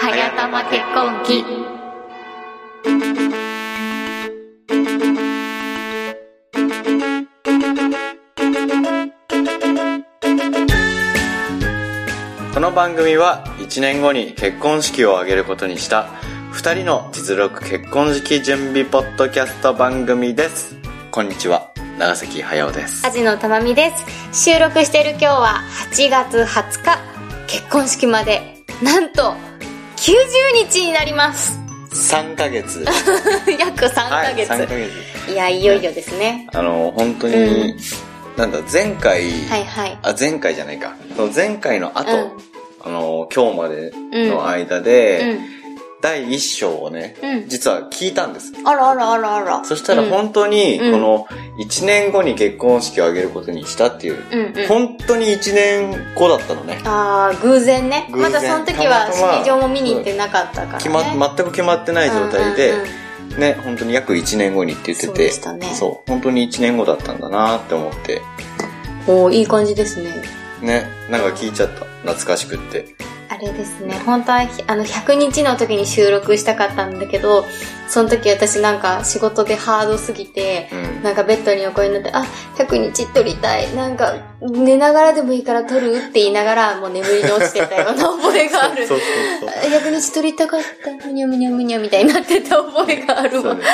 はやたま結婚記この番組は1年後に結婚式を挙げることにした2人の実力結婚式準備ポッドキャスト番組ですこんにちは長崎駿ですアジのたまみです収録している今日は8月20日結婚式までなんと90日になります 3ヶ月約3はヶい月、 3ヶい、月やいよいよですねあの本当に、うなんだ前回、はいはいあ前回じゃないかその前回の後、うんあの今日までの間で、第1章をね、うん実は聞いたんですうんあらあらあらあらそしたらうん本当に、うんこの1年後に結婚式を挙げることにしたっていう、うんうん本当に1年後だったのね。ああ偶然ね偶然まだその時はたまたま式場も見に行ってなかったから、ね、決ま、全く決まってない状態で、ね、本当に約1年後にって言ってて、そうでしたねそう本当に1年後だったんだなって思って、おおーいい感じですねね、なんか聞いちゃった。懐かしくって。あれですね本当はひあの100日の時に収録したかったんだけどその時私なんか仕事でハードすぎてうん。なんかベッドに横になって、あ、100日撮りたい。なんか、寝ながらでもいいから撮るって言いながら、もう眠りに落ちてたような覚えがある。そうそうそう。 100日撮りたかった。むにゃむにゃむにゃみたいになってた覚えがあるそわ。ううね。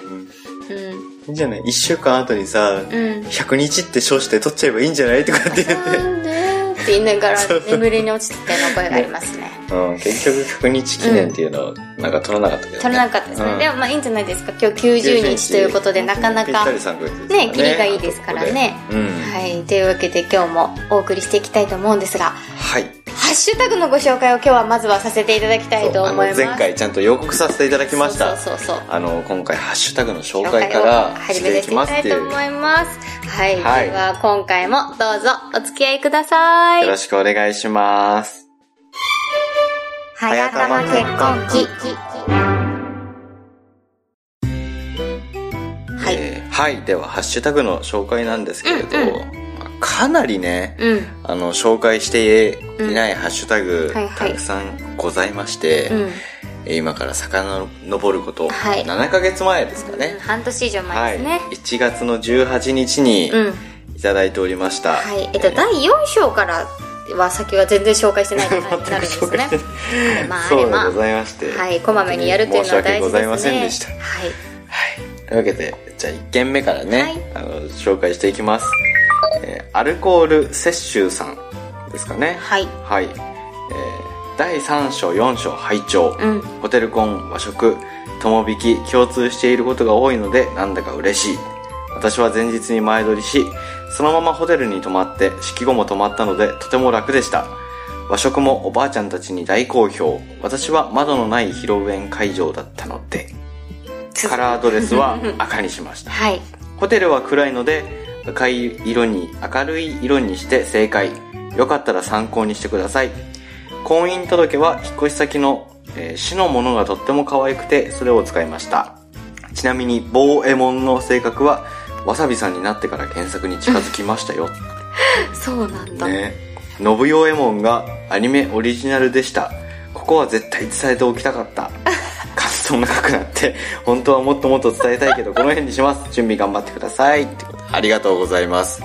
ん。うん。いいんじゃない ?1 週間後にさ、うん。 100日って称して撮っちゃえばいいんじゃないとかって言って。なんでって言いながらそうそう眠りに落ちてたような覚えがありますね。うん、結局100日記念っていうのをなんか撮らなかったけど、ね撮れなかったですね。うんでもまあいいんじゃないですか。今日90日ということで、なかなぴっかた。り3ヶ月ですからねキリがいいですからねあとここでうんはい。というわけで今日もお送りしていきたいと思うんですが、はい、ハッシュタグのご紹介を今日はまずはさせていただきたいとそうあ思いのます。前回ちゃんと予告させていただきましたそうそうそうそう。あの今回ハッシュタグの紹紹介介かをら始しめてていいききまたすっいていうと思います。はい。はいでは今回もどうぞお付き合いください。よろしくお願いしますはやたま結婚記。はいえーはいではハッシュタグの紹介なんですけれど、うんまあかなりね、うん。あの紹介していないハッシュタグ、んはいはいたくさんございまして、うん。えー今から遡ること、はい7ヶ月前ですかうんね、半年以上前ですね。はい1月の18日にうん。いただいておりました、はい。えっと、第4章からは先は全然紹介してないことになるんです全く紹ね介して。あれまあ、あ それうでまございましてあ。はい。こまめにやるというのは大事ですね。申し訳ございませんでしたはい。はいというわけでじゃあ1件目からね、はいあの紹介していきます、えーアルコール摂取さんですかねはい。はい、えー第3章4章拝聴、うん。ホテル婚和食友引き共通していることが多いのでなんだか嬉しい私は前日に前撮りしそのままホテルに泊まって式後も泊まったのでとても楽でした和食もおばあちゃんたちに大好評私は窓のない披露宴会場だったのでカラードレスは赤にしましたはい。ホテルは暗いので赤い色に明るい色にして正解よかったら参考にしてください婚姻届は引っ越し先の、えー市のものがとっても可愛くてそれを使いましたちなみに棒右衛門の性格はわさびさんになってから原作に近づきましたよそうなんだ。ね信代右衛門がアニメオリジナルでしたここは絶対伝えておきたかった 感想長くなって本当はもっともっと伝えたいけどこの辺にします準備頑張ってくださいってことありがとうござい ます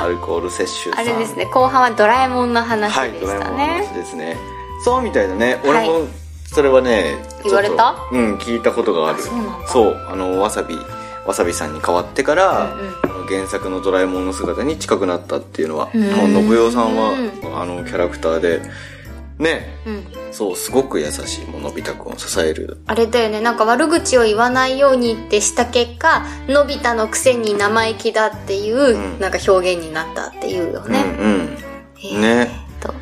アルコール摂取あさんれですね、後半はドラえもんの話はいでドラしえもたんの話ね。ですねそうみたいだね俺はもそれはね、言われたちょっとうん聞いたことがあるあそうなんだそうあのわさびわさびさんに変わってから、うんうんあの原作の「ドラえもん」の姿に近くなったっていうのはうんもう信代さんうはあのキャラクターでねうん。そうすごく優しいもうのび太くんを支えるあれだよね、なんか悪口を言わないようにってした結果、のび太のくせに生意気だっていう、うんなんか表現になったっていうよね。うんうんえーねっと、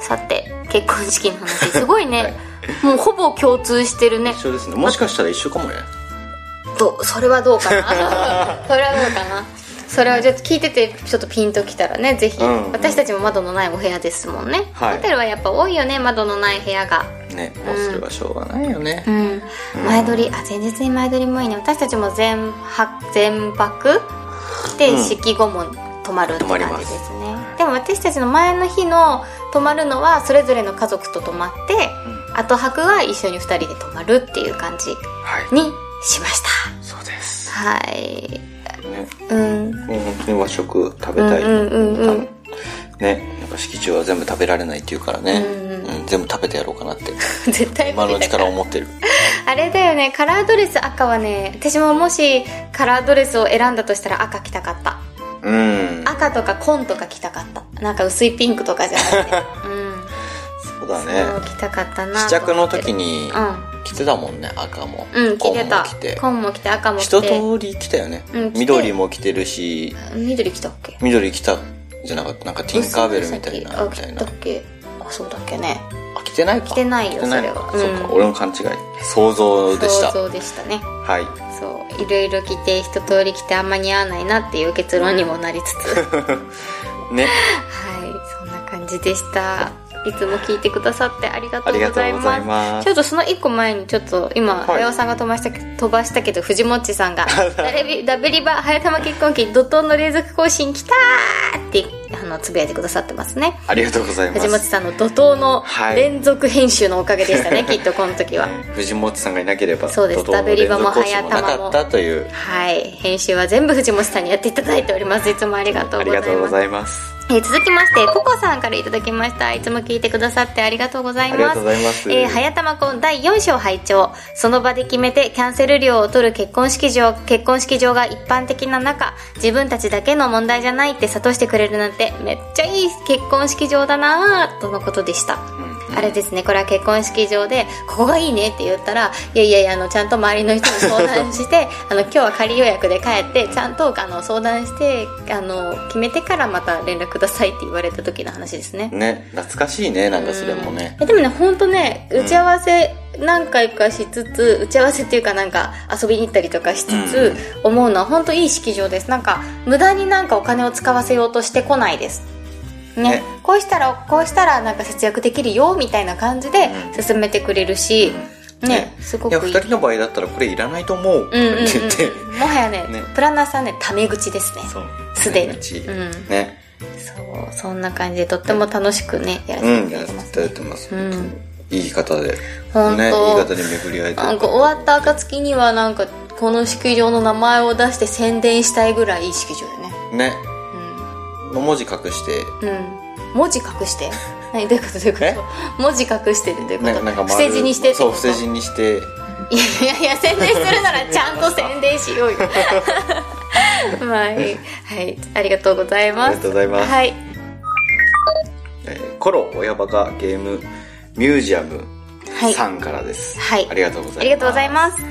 さて、結婚式 の話、すごいね、もうほぼ共通してるね。一緒ですねもしかしたら一緒かもねどうそれはどうかな それはどうかなそれはちょっと聞いててちょっとピンときたらねぜひ、うんうん私たちも窓のないお部屋ですもんね、はいホテルはやっぱ多いよね窓のない部屋がねもうそれはしょうがないよねうん前撮りあ前日に前撮りもいいね私たちも前泊前泊で、うん式後も泊まるって感泊まじりまですすねでも私たちの前の日の泊まるのはそれぞれの家族と泊まって、後泊は一緒に2人で泊まるっていう感じはいにしましたそうですはいねうん もう本当に和食食べたい、うんうんうんうんねなんか敷地は全部食べられないっていうからね、うんうん全部食べてやろうかなって絶対今無の理うちだかからら 思ってるあれだよねカラードレス赤はね私ももしカラードレスを選んだとしたら赤着たかったうん赤とか紺とか着たかったなんか薄いピンクとかじゃなくて うんそうだそうね着たかったな試着の時にう着てたもんね赤んもうん着てた紺も着て紺も着て赤も着て一通り着たよね、うん着て緑も着てるし緑着たっけ緑着たじゃなかったなんかティンカーベルみたいなあみたい着なたっけあそうだっけねあ着てないか着てないよ着てないそのれはかうそうんか俺の勘違い想像でした想像でしたねはいそういろいろ着て一通り着てあんま似合わないなっていう結論にもなりつつはいねそんな感じでしたいつも聞いてくださってありがとあうりごがとざういごますざいまちょすっとその一個前にちょっと今、はい早尾さんが飛ばしたけ飛ばしたけど藤もっちさん が「ダレビダベリバ早玉結婚記怒涛の連続更新きた!」ってあのつぶやいてくださってますねありがとうございま藤本すさんの怒涛のはい連続編集のおかげでしたね、きっとこの時は藤本さんがいなければそうです怒涛の連続ダ更新もなベリバも早玉かもったというはい編集は全部藤本さんにやっていただいておりますいつもありがとうあごりざがいとうごますざいますえー続きましてココさんからいただきましたいつも聞いてくださってありがとうございありがまとうすございますえー、早玉婚第4章拝聴その場で決めてキャンセル料を取る結婚式場結婚式場が一般的な中自分たちだけの問題じゃないって諭してくれるなんてめっちゃいい結婚式場だなぁとのことでした、あれですねこれは結婚式場でここがいいねって言ったらいやいやいやあのちゃんと周りの人に相談して あの今日は仮予約で帰ってちゃんとあの相談してあの決めてからまた連絡くださいって言われた時の話ですねね懐かしいねなんかそれもねえでもね本当ね打ち合わせ何回かしつつ、打ち合わせっていうかなんか遊びに行ったりとかしつつ、思うのは本当いい式場ですなんか無駄になんかお金を使わせようとしてこないですねねこうしたらこうしたらなんか節約できるよみたいな感じでうん進めてくれるし、うんねねすごいやくいい2人の場合だったらこれいらないと思うっうんうんて 言ってうん、もはやねねプランナーさんねタメ口ですねそうすでに毎日うんねそうそんな感じでとっても楽しくねやらうせんてやいただらきませていす、ただいてますうんいい方でほんとねいい方に巡り合えてなんか終わった暁にはなんかこの式場の名前を出して宣伝したいぐらいいい式場よねねの文字隠してうん、うん、文字隠して 何どういうことどういうこえと文字隠してってどういうこねと、なんか丸伏せ字にしてってそこうと伏せ字にして いやいやいや宣伝するな らちゃんと宣伝しようよ はい、はい、ありがとうございますありがとうございますはいえーコロ親バカゲームミュージアムはいさんからですはいありがとうございますありがとうございます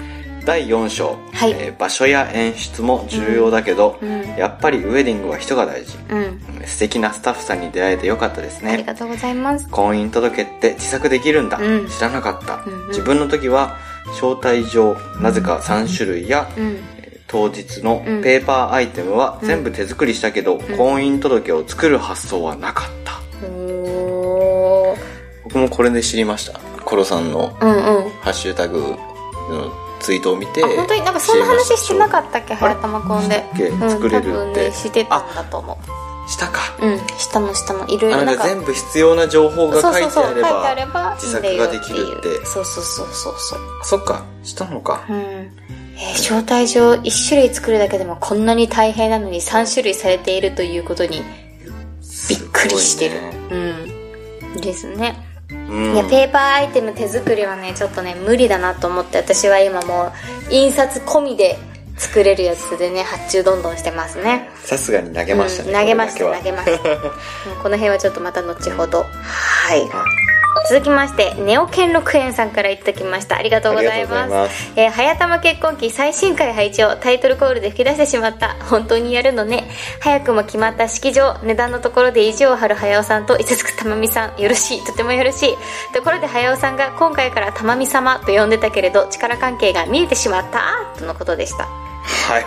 第4章、はいえー場所や演出も重要だけど、うんうんやっぱりウェディングは人が大事うん素敵なスタッフさんに出会えてよかったですありねがとうございます婚姻届って自作できるんだ、うん知らなかった、うんうん自分の時は招待状なぜか3種類や、うんえー当日のうんペーパーアイテムは全部手作りしたけど、婚姻届を作る発想はなかったおー僕もこれで知りましたコロさんのうんうんハッシュタグのツイートを見てあ本当になんかそんな話してなかったっけ知りました早玉コンであれしたっけ作れるってうん、多分ねしてたんだと思したかううん下の下のいろいあろななんんかか全部必要な情報が書いてそうそうそあうれ書いてあればば自作ができるいいんだよっってていうそうそうそうそうそうそっかしたのかうんえー招待状1種類作るだけでもこんなに大変なのに3種類されているということにびっくりしてる、すごいねうんですねうんいやペーパーアイテム手作りはねちょっとね無理だなと思って私は今もう印刷込みで作れるやつでね発注どんどんしてますねさすがに投げましたうね、ん投げましたこれ投だけげはましたうんこの辺はちょっとまた後ほどはい続きましてネオ兼六園さんからいただきましたありがとうございまありすがとうございますえー早玉結婚期最新回拝聴タイトルコールで吹き出してしまった本当にやるのね早くも決まった式場値段のところで意地を張る早尾さんといつつく玉美さんよろしいとてもよろしいところで早尾さんが今回から玉美様と呼んでたけれど力関係が見えてしまったとのことでしたはい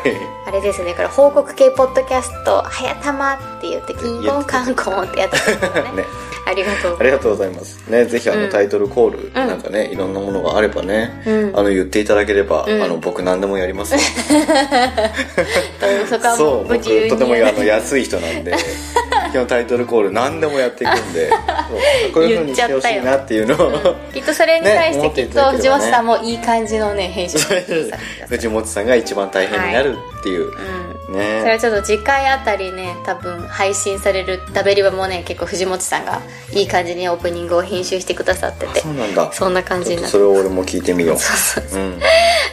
あれですねこれ報告系ポッドキャスト「早玉」って言ってキンコンカンコンってやってたからねねありがとうありがとうございますねぜひあの、うんタイトルコールなんかね、いろんなものがあればね、うんあの言っていただければ、うんあの僕何でもや りますよそこはもそうう無僕事に とてもあの安い人なんで今日のタイトルコール何でもやっていくんでそうこういう風にしてほしいなっていうの をきっとそれに対しね思ってきていっただとければ藤ね本さんもいい感じのね編集藤本さんが一番大変になるっていう、うんそれねはちょっと次回あたりね多分配信される「ダベリバ」もね結構藤本さんがいい感じにオープニングを編集してくださっててそうなんだそんな感ちじょっになるとそれを俺も聞いてみようそうそうそううん、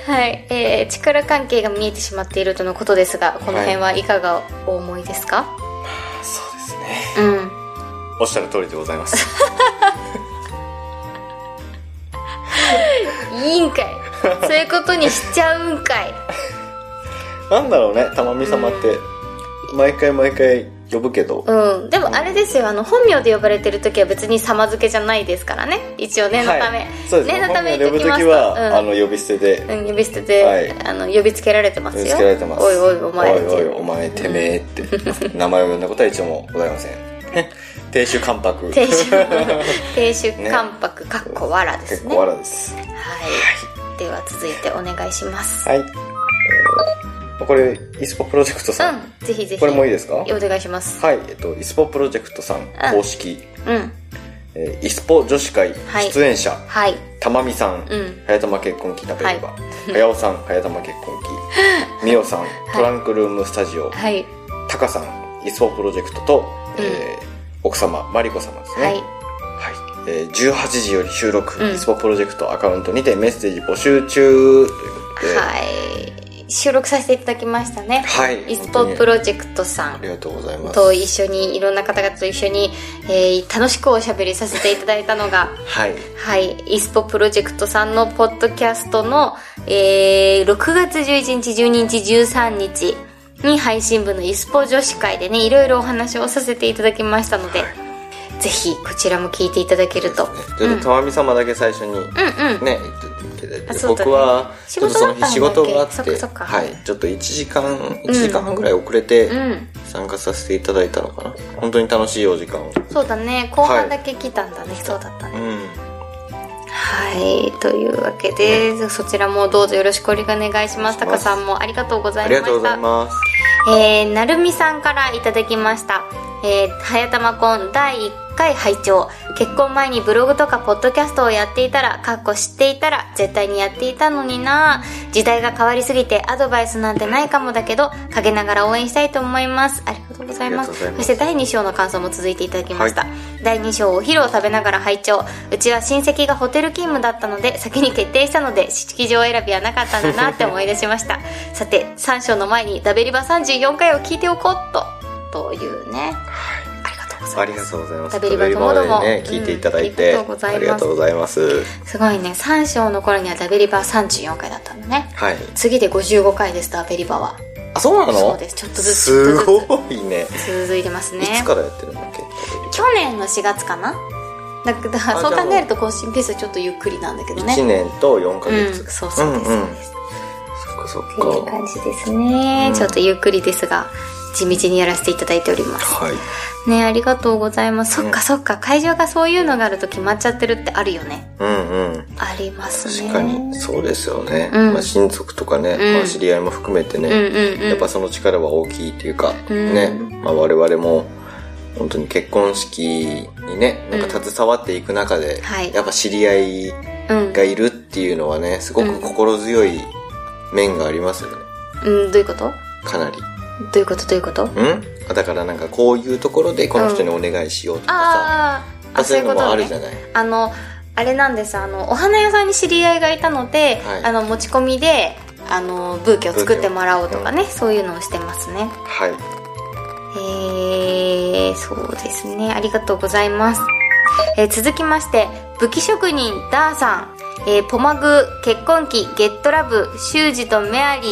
はい、えー、力関係が見えてしまっているとのことですがこの辺はいかがお思いですか、そうですねうんおっしゃる通りでございます いいんかいそういうことにしちゃうんかいなんだろうねたまみ様って毎回毎回呼ぶけど、うんでもあれですよあの本名で呼ばれてる時は別に様付けじゃないですからね一応念のため、はい、そうです念のため本名言をっ呼てきぶます時とは、うんあの呼び捨てでうん、呼び捨てで、はいあの呼びつけられてます呼よびつけられてますおいおいお前おいおいおい前てめえって 名前を呼んだことは一応もございません亭主関白亭 主亭主ね関白かっこわらです結ね構わらですはいでは続いてお願いしますはい、えーこれイスポプロジェクトさん、うんぜひぜひこれもいいですかお願いしますはい、えっと、イスポプロジェクトさん公式、うんえーイスポ女子会はい出演者、はいたまみさん、うん早玉結婚期食べれば、ははやおさん早玉結婚 期みおさんトランクルームスタジオ、はいタカさんイスポプロジェクトと、うんえー奥様マリコ様ですね、ははいいえー18時より収録、うんイスポプロジェクトアカウントにてメッセージ募集中ということで、はい収録させていただきましたねはいイスポプロジェクトさありんがとうございますと一緒にいろんな方々と一緒に、えー楽しくおしゃべりさせていただいたのが はいはい、イスポプロジェクトさんのポッドキャストの、えー6月11日、12日、13日に配信部のイスポ女子会でね、いろいろお話をさせていただきましたので、ぜひこちらも聞いていただけると。ちょっとたまみ様だけ最初に、うんうん。ね言っていただいてあそうだね僕はちょっとその日仕仕事事だがあったっんだっけてそっかそっかはいちょっと1時間1時間半ぐらい遅れてうん。参加させていただいたのかな、本当に楽しいお時間をそうだね、後半だけ来たんだね、そうだったうね。んはい、というわけで、そちらもどうぞよろしくお願いします。お願いしますタカさんもありがとうござあいりましがたとうござい。ますえー、なるみさんからいただきました。えー、はやたまこん第1回拝聴結婚前にブログとかポッドキャストをやっていたら、かっこ知っていたら、絶対にやっていたのにな時代が変わりすぎてアドバイスなんてないかもだけど、陰ながら応援したいと思います。ありがとうございます。ありがとうございますそして第2章の感想も続いていただきました。は第2章お昼を食べながら拝聴うちは親戚がホテル勤務だったので、先に決定したので、式場選びはなかったんだなって思い出しま した。さて、3章の前にダベリバ34回を聞いておこうっと。というね。ありがとうござあいりまがす。とうございます食べればともども食べればでね聞いていただいて、うんあありりががととううございますすごいね。3章の頃にはダベリバ34回だったのね。はい次で55回です、ダベリバは。あそうなのそうです。ちょっとずつ。すちょっとごいねずつ続いてますね。いつからやってるんだっけ去年の4月かなだだからあそうじゃあ考えると更新ペースはちょっとゆっくりなんだけどね1年と4ヶうん月、そうそうです、うんうんそうですそっかといそっうか感じですね、うんちょっとゆっくりですが地道にやらせていただいておりますはいねありがとうございます、そっうかんそっか会場がそういうのがあると決まっちゃってるってあるよねうんうんありますね確かにそうですよね、うんまあ、親族とかね、うんまあ、知り合いも含めてね、うんうんうんやっぱその力は大きいというか、うんね、まあ、我々も本当に結婚式にねなんか携わっていく中で、はいやっぱ知り合いうん、がいるっていうのはねすごく心強い面がありますよねうん、どういうことどかなり。ういうことどういうことうんあだからなんかこういうところでこの人にお願いしようとかさ、あーあそういうのもあるじゃいない。あのあれなんですあのお花屋さんに知り合いがいたので、はいあの持ち込みであのブーケを作ってもらおうとかね、そういうのをしてますねはい。えー、そうですねありがとうございます、えー続きまして武器職人ダーさん、えーポマグ結婚記ゲットラブ修二とメアリー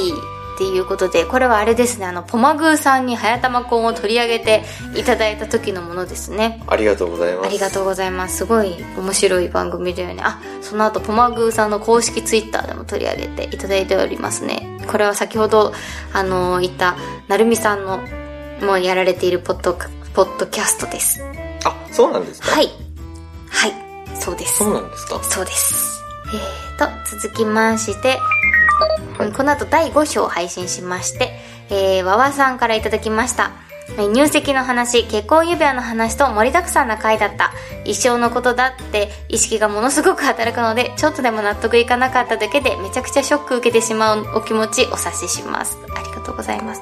っていうことでこれはあれですねあのポマグーさんに早玉婚を取り上げていただいた時のものですねありがとうございます。ありがとうございます。すごい面白い番組だよね。あ、その後、ポマグーさんの公式ツイッターでも取り上げていただいておりますね。これは先ほど、あの言った、なるみさんの、もうやられているポッド、ポッドキャストです。あ、そうなんですかはい。はい。そうです。そうなんですかそうです。えーと、続きまして、はいこの後第5章を配信しまして、えー、わわさんからいただきました。えー入籍の話結婚指輪の話と盛りだくさんな回だった一生のことだって意識がものすごく働くのでちょっとでも納得いかなかっただけでめちゃくちゃショック受けてしまうお気持ちお察ししますありがとうございます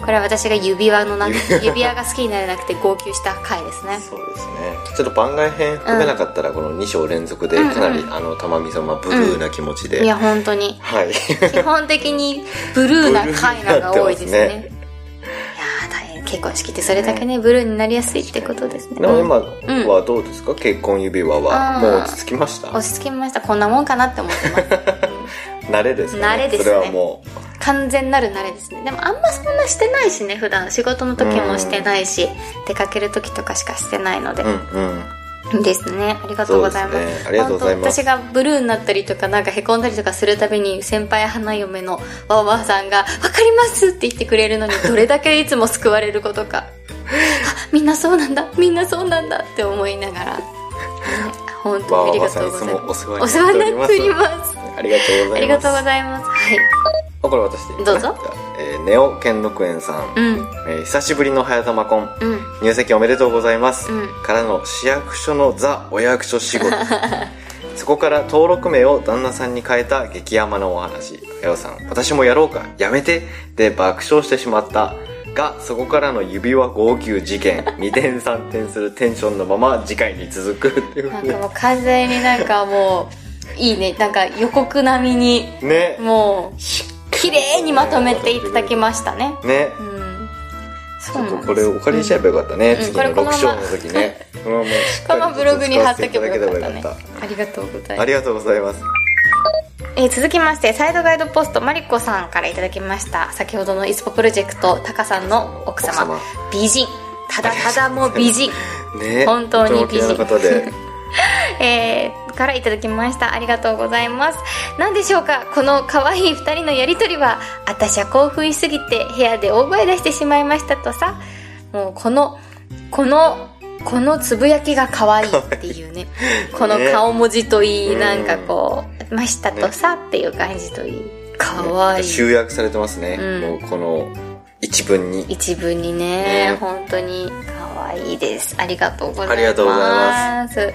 これは私が指輪の なんか指輪が好きになれなくて号泣した回ですねそうですねちょっと番外編含めなかったら、この2章連続でかなり、あの玉美様ブルーな気持ちで、いや本当には い基本的にブルーな回なのが多いですねいやー大変結婚式ってそれだけねブルーになりやすいってことですねでもうん今はどうですか、結婚指輪はうんもう落ち着きました落ち着きましたこんなもんかなって思ってます 慣れですかね慣れですねそれはも完全なる慣れですねでもあんまそんなしてないしね普段仕事の時もしてないし、出かける時とかしかしてないのでう、うんうんですねありがとうございますそうですねありがとうございます本当私がブルーになったりとかなんかへこんだりとかするたびに先輩花嫁のわわさんが「わかります!」って言ってくれるのにどれだけいつも救われることかあみんなそうなんだみんなそうなんだって思いながら、ね本当にありがとうございますわわお世わさん話いつもお世話ににななっってておりおりまますありがとうあございりまがすとうございますはいあこれ私でいいどかうなぞじゃあえーネオケンドクエンさん、うんえー久しぶりの早玉コンうん入籍おめでとうございます、うんからの市役所のザお役所仕 事そこから登録名を旦那さんに変えた激ヤマのお話あやおさん私もやろうかやめてで爆笑してしまったがそこからの指輪号泣 事件2点3点するテンションのまま次回に続くっていうなこんとかもう完全になんかもう、いいね。なんか予告並みに、でねもう、綺麗にまとめていただきましたね。ねうん。ちそょうっなとんこでれす。お借りしちゃえばよかったね、うん次のうんこれこのま6ま章の時ね、うんもうしっこかりのブログに貼っちょとっけばと使わせていよかたっだたければよねかっ。ありがとうございたあまりす。がとうございますえー続きまして、サイドガイドポスト、マリコさんからいただきました。先ほどのイスポプロジェクト、タカさんの奥様。奥様美人。ただただもう美人。ね本当に美人とても綺麗な方でえーからいただきましたありがとうございます何でしょうかこの可愛い二人のやりとりは私は興奮しすぎて部屋で大声出してしまいましたとさもうこのこのこのつぶやきが可愛いっていうねこの顔文字といい、ねなんかこうましたとさっていう感じといい可愛い集約されてますね、うんもうこの一文に一文にねね本当に可愛いですありがとうございますありがとうございます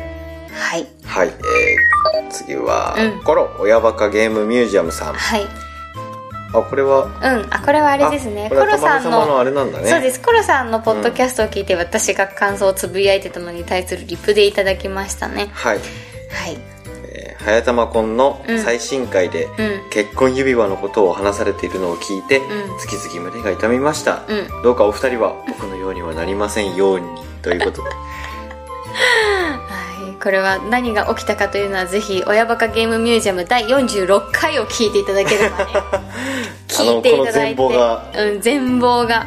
はいはい、えー、次は、うんコロ親バカゲームミュージアムさんあはいこれはうん、あこれはあれですねあコこれはロさ玉ん美様ののあれなんだねそうですコロさんのポッドキャストを聞いて、私が感想をつぶやいてたのに対するリプでいただきましたねはい、はいえー、早玉コンのうん最新回で、うん結婚指輪のことを話されているのを聞いて、ん月々胸が痛みました、うんどうかお二人は僕のようにはなりませんようにとい うことではいこれは何が起きたかというのはぜひ親バカゲームミュージアム第46回を聞いていただけれ ばね聞いていただいてあのこの全貌がうん、全貌が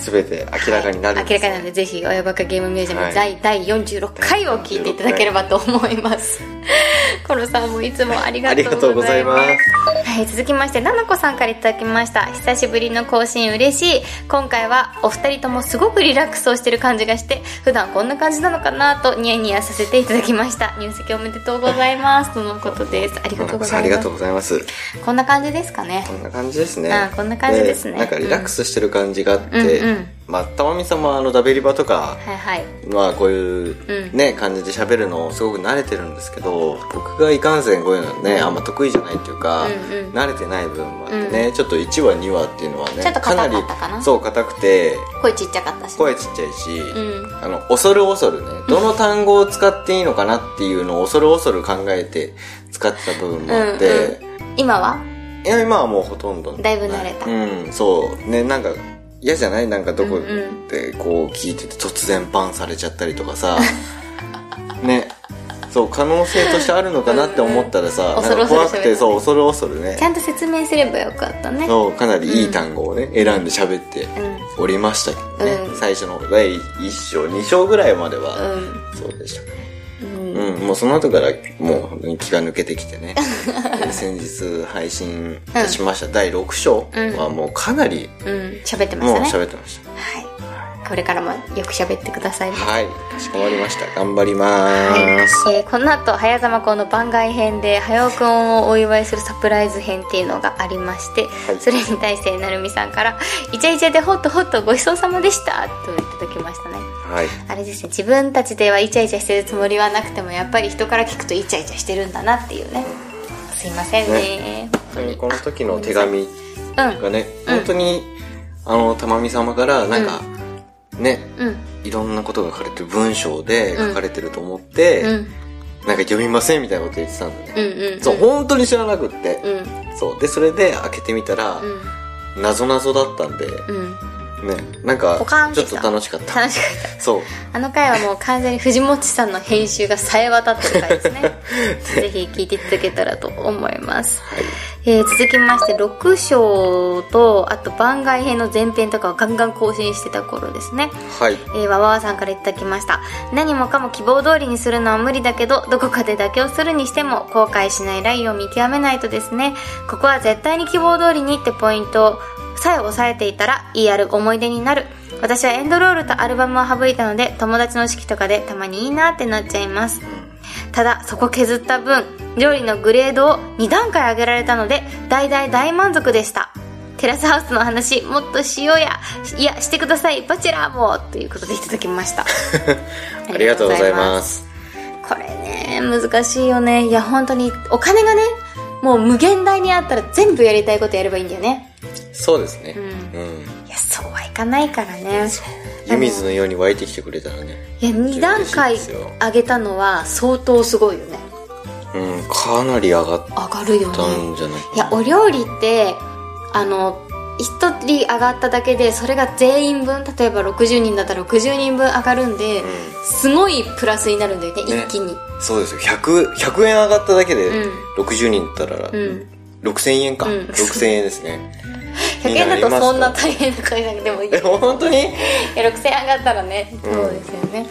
全て明らかになるん明でらすかねなのでぜひ親バカゲームミュージアム第,、は第46回を聞いていただければと思います コロさんもいつもありあがりがととううごござざいいまますすはい、続きまして、ななこさんからいただきました。久しぶりの更新嬉しい。今回はお二人ともすごくリラックスをしてる感じがして、普段こんな感じなのかなとニヤニヤさせていただきました。入籍おめでとうございます。とのことです。ありがとうござあいりまがとうす。ございますこんな感じですかねこ。んな感じですねあこんな感じですねなんかリラックスしてる感じがあって、うんうんまあたまみさんもあのダベリバとかはいはい。まあこういううんね、感じで喋るのすごく慣れてるんですけど僕がいかんせんこういうのねあんま得意じゃないっていうか、うんうん慣れてない部分もあってね、ちょっと1話2話っていうのはねちょっと硬かったかなりそう硬くて声ちっちゃかったし。声ちっちゃいし、うんあの恐る恐るねどの単語を使っていいのかなっていうのを恐る恐る考えて使ってた部分もあって、うんうん、今はいや今はもうほとんどだいぶ慣れたうんそうねなんか嫌じゃないなんかどこうんうんでこう聞いてて突然バンされちゃったりとか さねそう可能性としてあるのかなって思ったらさ、うんうんなんか怖くてそう 恐恐る恐るねちゃんと説明すればよかったね。そうかなりいい単語をね、選んで喋ってうおりましたけどね、うん最初の第1章2章ぐらいまでは、ん。そうでしたうん。うん。うん、もうその後からもう本当に気が抜けてきて ねで先日配信いたしました、第6章はもうかなりうん。喋ってまもしうたね。喋ってました、はい。これからもよく喋ってくださいねはいかしこまりました頑張ります、えーこの後早ざま校の番外編で早尾くんをお祝いするサプライズ編っていうのがありまして、はいそれに対してなるみさんから「イチャイチャでホットホットごちそうさまでした」といただきましたねはいあれですね自分たちではイチャイチャしてるつもりはなくてもやっぱり人から聞くとイチャイチャしてるんだなっていうねすいませんねこの時の手紙うんがね、うん本当にあのたまみ様からなんか、ねうんいろんなことが書かれてる文章で書かれてると思って、うんなんか読みませんみたいなこと言ってたんだね、うんうんそう本当に知らなくって、うんそうでそれで開けてみたら、うん謎謎だったんでねうんなんポカーかンっちてょっしたと楽しかった楽しかったそうあの回はもう完全に藤本さんの編集がさえ渡ってる回です ねぜひ聞いていただけたらと思います、えー続きまして6章とあと番外編の前編とかをガンガン更新してた頃ですねはいえー、わわわさんからいただきました何もかも希望通りにするのは無理だけどどこかで妥協するにしても後悔しないラインを見極めないとですねここは絶対に希望通りにってポイントさえ押さえていたらいいある思い出になる私はエンドロールとアルバムを省いたので友達の式とかでたまにいいなってなっちゃいますただそこ削った分料理のグレードを2段階上げられたので大大大満足でしたテラスハウスの話もっとしようやいやしてくださいバチェラーもということでいただきました ありがとうございますすこれね難しいよねいや本当にお金がねもう無限大にあったら全部やりたいことやればいいんだよねそうですねううん、いやそうはいかないからね湯水のように湧いてきてくれたらねいや2段階上げたのは相当すごいよねうんかなり上がっ上がるよねたんじゃないかいやお料理ってあの1人上がっただけでそれが全員分例えば60人だったら60人分上がるんで、すごいプラスになるんだよねね一気にそうですよ 100, 100円上がっただけでう60人だったらうん6000円か、うん6000円ですね100円だとそんな大変な会社でもいいえ本当にいや6000円上がったらねそうですよね、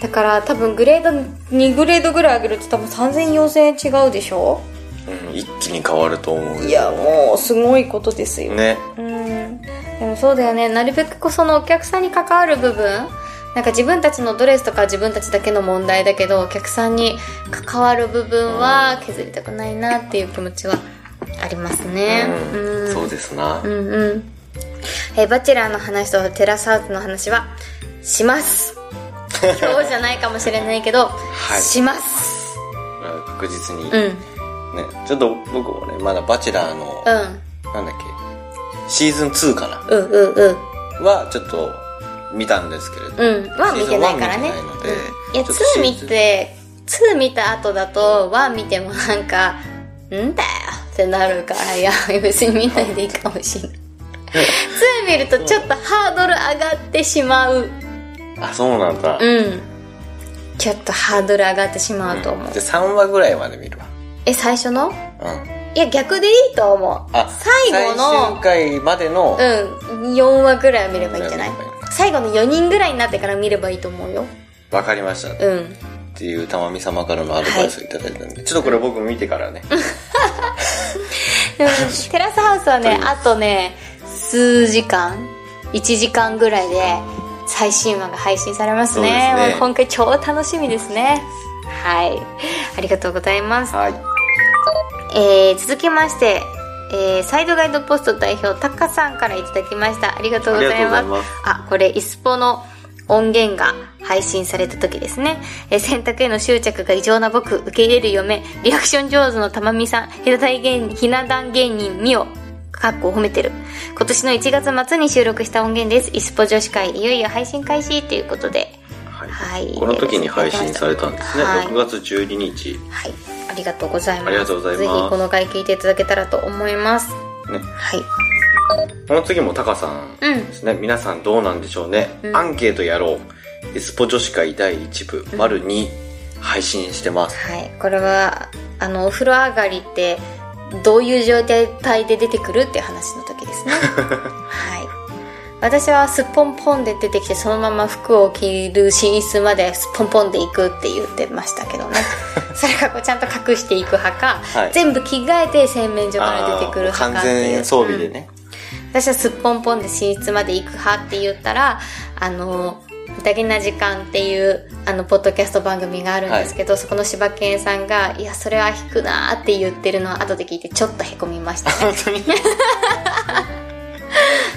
だから多分グレード2グレードぐらい上げると多分30004000円違うでしょうん一気に変わると思ういやもうすごいことですよねうんでもそうだよねなるべくこうそのお客さんに関わる部分なんか自分たちのドレスとか自分たちだけの問題だけどお客さんに関わる部分は削りたくないなっていう気持ちはありますねうんうんそうですな、うんうんえーバチェラーの話とテラスハウスの話はします今日じゃないかもしれないけど、いします確実に、うんうねちょっと僕もねまだ「バチェラーの」んなんだっけシーズン2かなうんうんうんはちょっと見たんですけれど、うん、1見てないからね。シーズン1見てないのでうんいや、ちょっとシ2ー見ズンて、2見た後だと、1見てもなんか、んだよってなるから、いや、 別に見ないでいいかもしれない。2見るとちょっとハードル上がってしまう。あそうなんだ、うん。ちょっとハードル上がってしまうと思う。で3話ぐらいまで見るわえ、最初のうんいや、逆でいいと思う。あ最後最の終、回までの、うん、4話ぐらいは見ればいいんじゃない見ればいいの最後の4人ぐらいになってから見ればいいと思うよ。わかりましたっうん。ていうたまみ様からのアドバイスをいただいたんで、ちょっとこれ僕見てからねでも テラスハウスはねあとね数時間1時間ぐらいで最新話が配信されますねそうですねもう今回超楽しみですねはいありがとうございます、はいえー続きまして、えーサイドガイドポスト代表タカさんからいただきましたありがとうございますありがとうございますあこれイスポの音源が配信された時ですね、えー選択への執着が異常な僕受け入れる嫁リアクション上手のたまみさんひな壇芸人ひな壇芸人みおかっこ褒めてる今年の1月末に収録した音源ですイスポ女子会いよいよ配信開始ということではいはいこの時に配信されたんですね、はい6月12日、ね、はいありがとうございますありがとうございますぜひこの回聞いていただけたらと思いますはいこの次もタカさんうんですね皆さんどうなんでしょうね、うんアンケートやろうエスポ女子会第1部、丸2配信してますはい、これはあのお風呂上がりってどういう状態で出てくるっていう話の時 ですねはい私はすっぽんぽんで出てきてそのまま服を着る寝室まですっぽんぽんで行くって言ってましたけど ねそれがこうちゃんと隠していく派か、はい全部着替えて洗面所から出てくるあー派完かっていう全装備でね、う私はすっぽんぽんで寝室まで行く派って言ったら、あの、無駄げな時間っていう、あの、ポッドキャスト番組があるんですけど、そこの柴犬さんが、いや、それは引くなーって言ってるのを後で聞いて、ちょっと凹みま した。本当に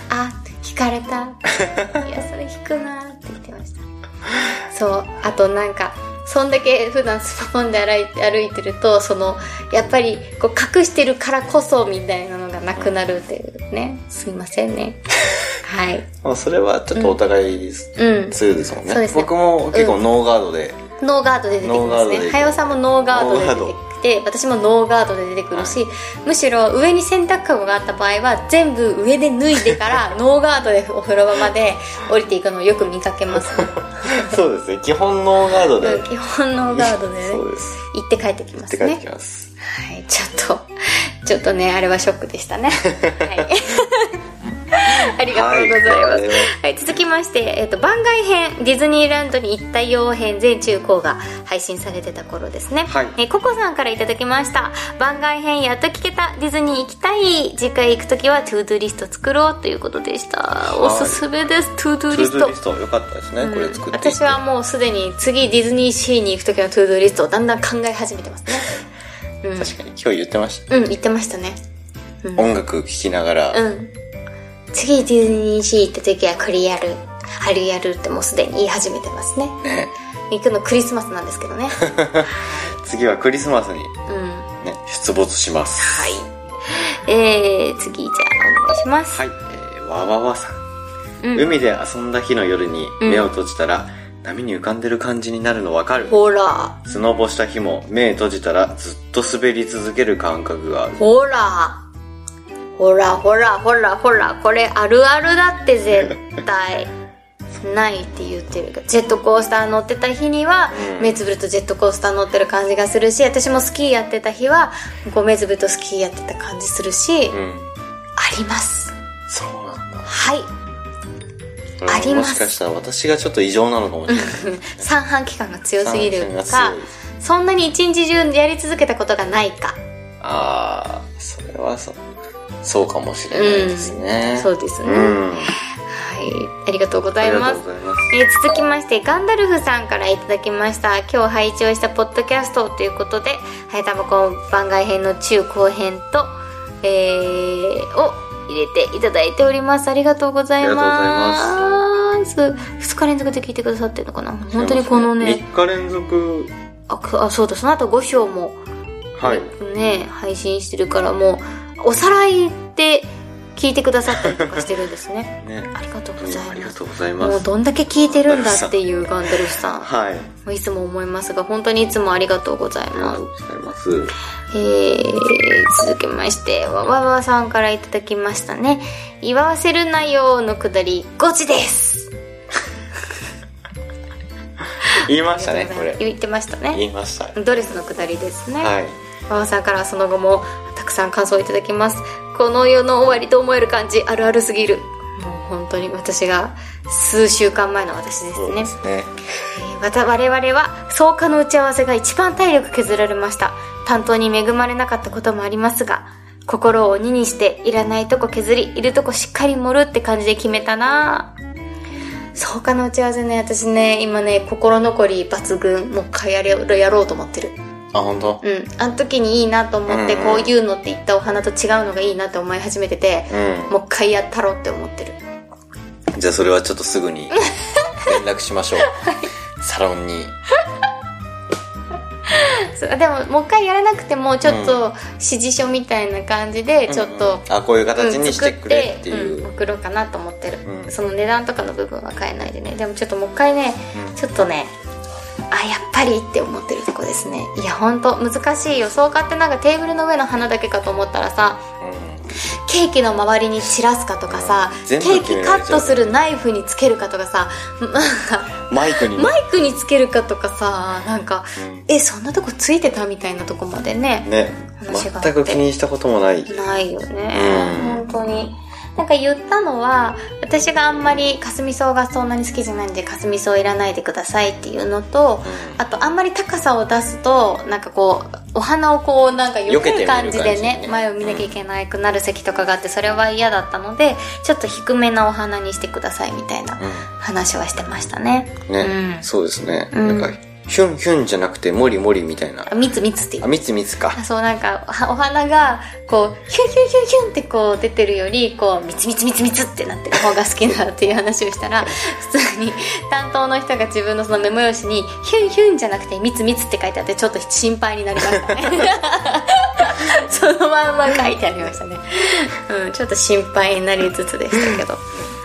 あ、引かれた。いや、それ引くなーって言ってました。そう、あとなんか、そんだけ普段スパポンで歩いて歩いてると、その、やっぱり、こう、隠してるからこそみたいなのがなくなるっていうね。すいませんね。はい。まあそれはちょっとお互いですうん。強いですもんね,、そうですね僕も結構ノーガー ドで、ノーガードで出てきノーガまーすドで出てね。くるはやおさんもノーガードで出てきて、私もノーガードで出てくるし、むしろ上に洗濯かごがあった場合は、全部上で脱いでから ノーガードでお風呂場まで降りていくのをよく見かけ ます。そうですね基本ノーガードで、うん基本ノーガードでね、そ行うですって帰ってきまってす帰ってねき。ます、はい、ちょっと、ちょっとね、あれはショックでしたね。はい。 ありがとうございます。はいはい、続きまして、えっと、番外編、ディズニーランドに行ったよう編、全中高が配信されてた頃ですね。はいえーココさんからいただきました。番外編、やっと聞けた。ディズニー行きたい。次回行くときは、トゥードゥリスト作ろうということでした。おすすめです、トゥードゥトリゥスードゥトリ。スト良かったですね、これ作っていって私はもうすでに次ディズニーシーに行く時のトゥードゥーリストをだんだん考え始めてますね確かに今日言ってました、うん言ってましたね音楽聴きながら、うん次ディズニーシー行った時はこれやるあれやるってもうすでに言い始めてますねね行くのクリスマスなんですけど ね次はクリスマスに、ね、うん出没しますはいえー、次じゃあお願いします、はい、えー、わわわさん、うん海で遊んだ日の夜にうん目を閉じたら、波に浮かんでる感じになるのわかるほらスノボした日も目閉じたらずっと滑り続ける感覚があるほらほらほらほらほらこれあるあるだって絶対ないって言ってるけどジェットコースター乗ってた日にはうん目つぶるとジェットコースター乗ってる感じがするし私もスキーやってた日はこう目つぶるとスキーやってた感じするし、あうんりますそうなんだはいこれはありますもしかしたら私がちょっと異常なのかもしれない三半期間が 強すぎる感染がか強いそんなに一日中やり続けたことがないかああそれはそうそうかもしれないですね、そうですね、うんはいありがとうござあいりまがとすうございますえー続きましてガンダルフさんからいただきました今日配置をしたポッドキャストということで「はやたばこ番外編」の中後編と、えーを入れていただいておりますありがとうございます2日連続で聞いてくださってるのかな本当にこのね3日連続あくあそうだその後5章もはいね配信してるからもうおさらいで聞いてくださったりとかしてるんです ねねありがとうございありまがすとうございまもうすどんだけ聞いてるんだっていうガンダルフさんはいいつも思いますが、本当にいつもありがとうございありがまとすう。ございますえー、続きまして、わわわさんからいただきましたね。祝わせるなよのくだり、ゴチです言いましたねこれ言ってましたね。言いましたドレスのくだりですね。はいわわさんからはその後もたくさん感想をいただきます。この世の終わりと思える感じ、あるあるすぎる。もう本当に私が数週間前の私ですそうねで。すねえーまた我々は草加の打ち合わせが一番体力削られました担当に恵まれなかったこともありますが心を鬼にしていらないとこ削りいるとこしっかり盛るって感じで決めたなぁ草加の打ち合わせね私ね今ね心残り抜群もう一回やれやろうと思ってるあ本当うんあの時にいいなと思ってうんこういうのって言ったお花と違うのがいいなって思い始めててうもう一回やったろうって思ってるんじゃあそれはちょっとす ぐに連絡しましょう、サロンにそうでももう一回やらなくてもちょっと指示書みたいな感じでちょっと、うんあこういう形にしてくれってうん作いってう、うん送ろうかなと思ってる、うんその値段とかの部分は変えないでねでもちょっともう一回ね、うんちょっとねあやっぱりって思ってるとこですねいやほんと難しいよそうかってなんかテーブルの上の花だけかと思ったらさケーキの周りに散らすかとかさ、うんケ全部ー決キめカられッちゃうトするナイフにつけるかとかさ なんかうんマイクにねマイクにつけるかとかさなんかうんえそんなとこついてたみたいなとこまでねね話があって全く気にしたこともないないよね、うん本当になんか言ったのは私があんまりかすみ草がそんなに好きじゃないんでかすみ草いらないでくださいっていうのとあとあんまり高さを出すとなんかこうお花をこうなんか避ける感じ避けてみる感でじねね前を見なきゃいけなくなる席とかがあってそれは嫌だったのでちょっと低めなお花にしてくださいみたいな話はしてましたねね、うんそうですね。うんなんか、ヒュンヒュンじゃなくて、モリモリみたいな。あ蜜蜜っていうあ、みつみつか。そうなんかおお花がこうヒュンヒュンヒュンヒュンってこう出てるよりこうミツミツミツミツってなってる方が好きだっていう話をしたら普通に担当の人が自分のそのメモ用紙にヒュンヒュンじゃなくてミツミツって書いてあってちょっと心配になりましたね そのまんま書いてありましたね、うん、ちょっと心配になりつつでしたけど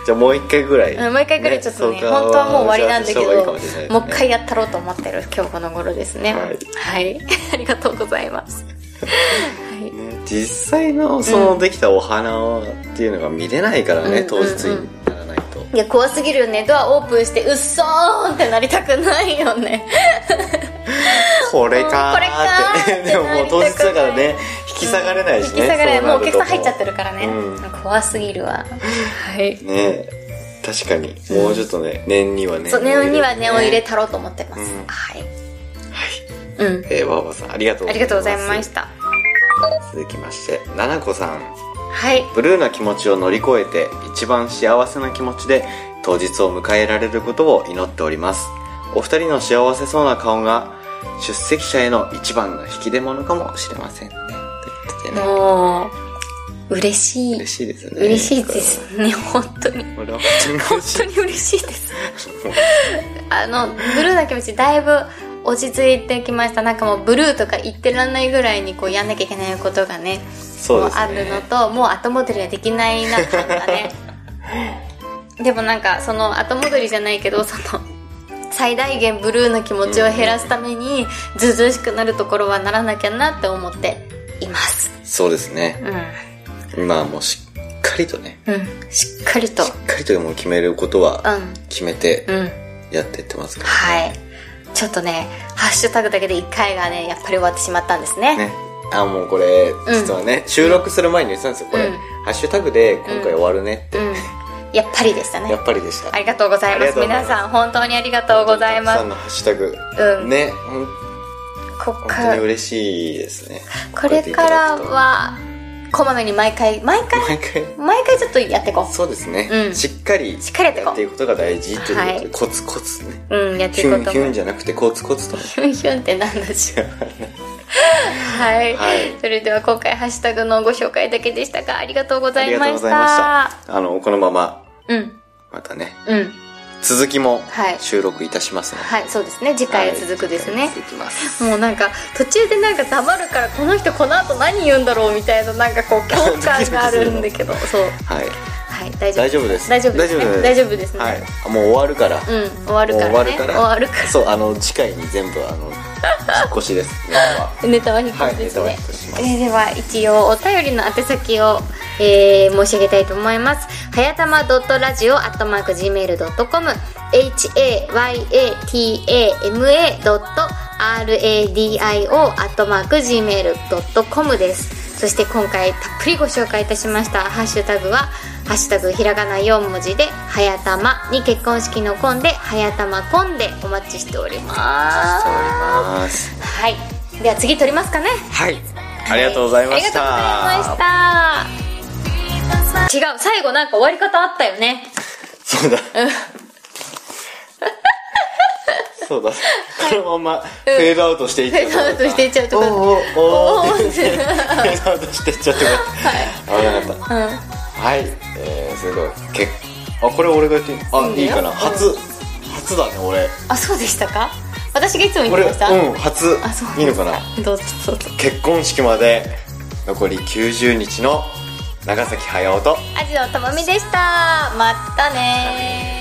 じゃあもう一回ぐらい。うんもう一回ぐらいちょっとね本当はもう終わりなんだけどもう一回やったろうと思ってる今日この頃ですねはいはい ありがとうございます、はいね実際のそのできたお花っていうのが見れないからね、うん当日にならないと、いや怖すぎるよねドアオープンしてうっそーんってなりたくないよねこれかこれかーーっっててでももう当日だからね引き下がれないしね、引き下がれないもうお客さん入っちゃってるるからね、う怖すぎるわはいね確かにもうちょっとね念にはねそう念には念を入れて、たろうと思ってます、うんはいはいうんえー、わばさんありがとうありがとうございましたた続きましてななこさんはいブルーな気持ちを乗り越えて一番幸せな気持ちで当日を迎えられることを祈っておりますお二人の幸せそうな顔が出席者への一番の引き出物かもしれませんねということでねもう嬉しい嬉しいですね嬉しいですね本当にこれはこれは本本当当にに嬉しいですあのブルーな気持ちだいぶ落ち着いてきましたなんかもうブルーとか言ってらんないぐらいにこうやんなきゃいけないことがねそうもでうすねあるのともう後戻りはできないな感がねでもなんかその後戻りじゃないけどその最大限ブルーの気持ちを減らすためにずうずうしくなるところはならなきゃなって思っていますそうですねうん、今はもうしっかりとねうん、しっかりとしっかりともう決めることはう決めてんうんやっていってますからはいちょっとねハッシュタグだけで1回がねやっぱり終わってしまったんですねね。あ、もうこれ、うん実はね、収録する前に言ってたんですよ、これ。うんハッシュタグで今回終わるねっうて、んやっぱりでしたねやっぱりでした。ありがとうございあまりすがとうございま皆すさん本当にありがとうございまたくさんすのハッシュタグ。うんね、ほん本こっか当にら嬉しいですね。これからはこまめに毎回毎回こうやっていただくと。毎毎回ちょっとやっていこ回。そうですね。うんしっかり。しっかりやっていこうやっていうことが大事ということで、はいコツコツね。ううんやってヒいこュうンとヒ思ュンうじゃなくてコツコツと。ヒュンヒュンってなんだ しはい、はいそれでは今回ハッシュタグのご紹介だけでしたがありがとうござありいがとまうごしたざいました。あの、このまま、うんまたね、うん続きもはい収録いたしますので。はいそうですね次回続くですね、はい続きます。もうなんか途中でなんか黙るからこの人この後何言うんだろうみたいななんかこう共感があるんだけどそうははい。い大丈夫大丈夫です大丈夫ですね大丈夫ですねはいあもう終わるから、うん終わるもうか終らわねるからかそうあの次回に全部あの引っ越しです 今はらネタは引っ越しですね、はいネタは引っ越ししますえーでは一応お便りの宛先を、えー申し上げたいと思いますはやたま .radio.gmail.com hayatama.radio.gmail.com ですそして今回たっぷりご紹介いたしましたハッシュタグは「ハッシュタグひらがな4文字で「はやたま」に結婚式の「こん」で「はやたまこん」でお待ちしております終わりますはい。では次撮りますかね。はいありがとうございました、ありがとうございました。違う、最後なんか終わり方あったよね。そうだ そうだこのままフェードアウトしていっちゃフうェードアウトしていっちゃうとおかーおーおおーーって言って フェードアウトしていっちゃうとか危なかったうん。はい、えー、それでは結あこれ俺が言っていいいあいんだよいいかなうん初初だね俺あ、そうでしたか私がいつも言っ俺てました。うん初あ、そう。いいのかなどうぞどうぞ。結婚式まで残り90日の長崎駿とアジのともみでした。またねー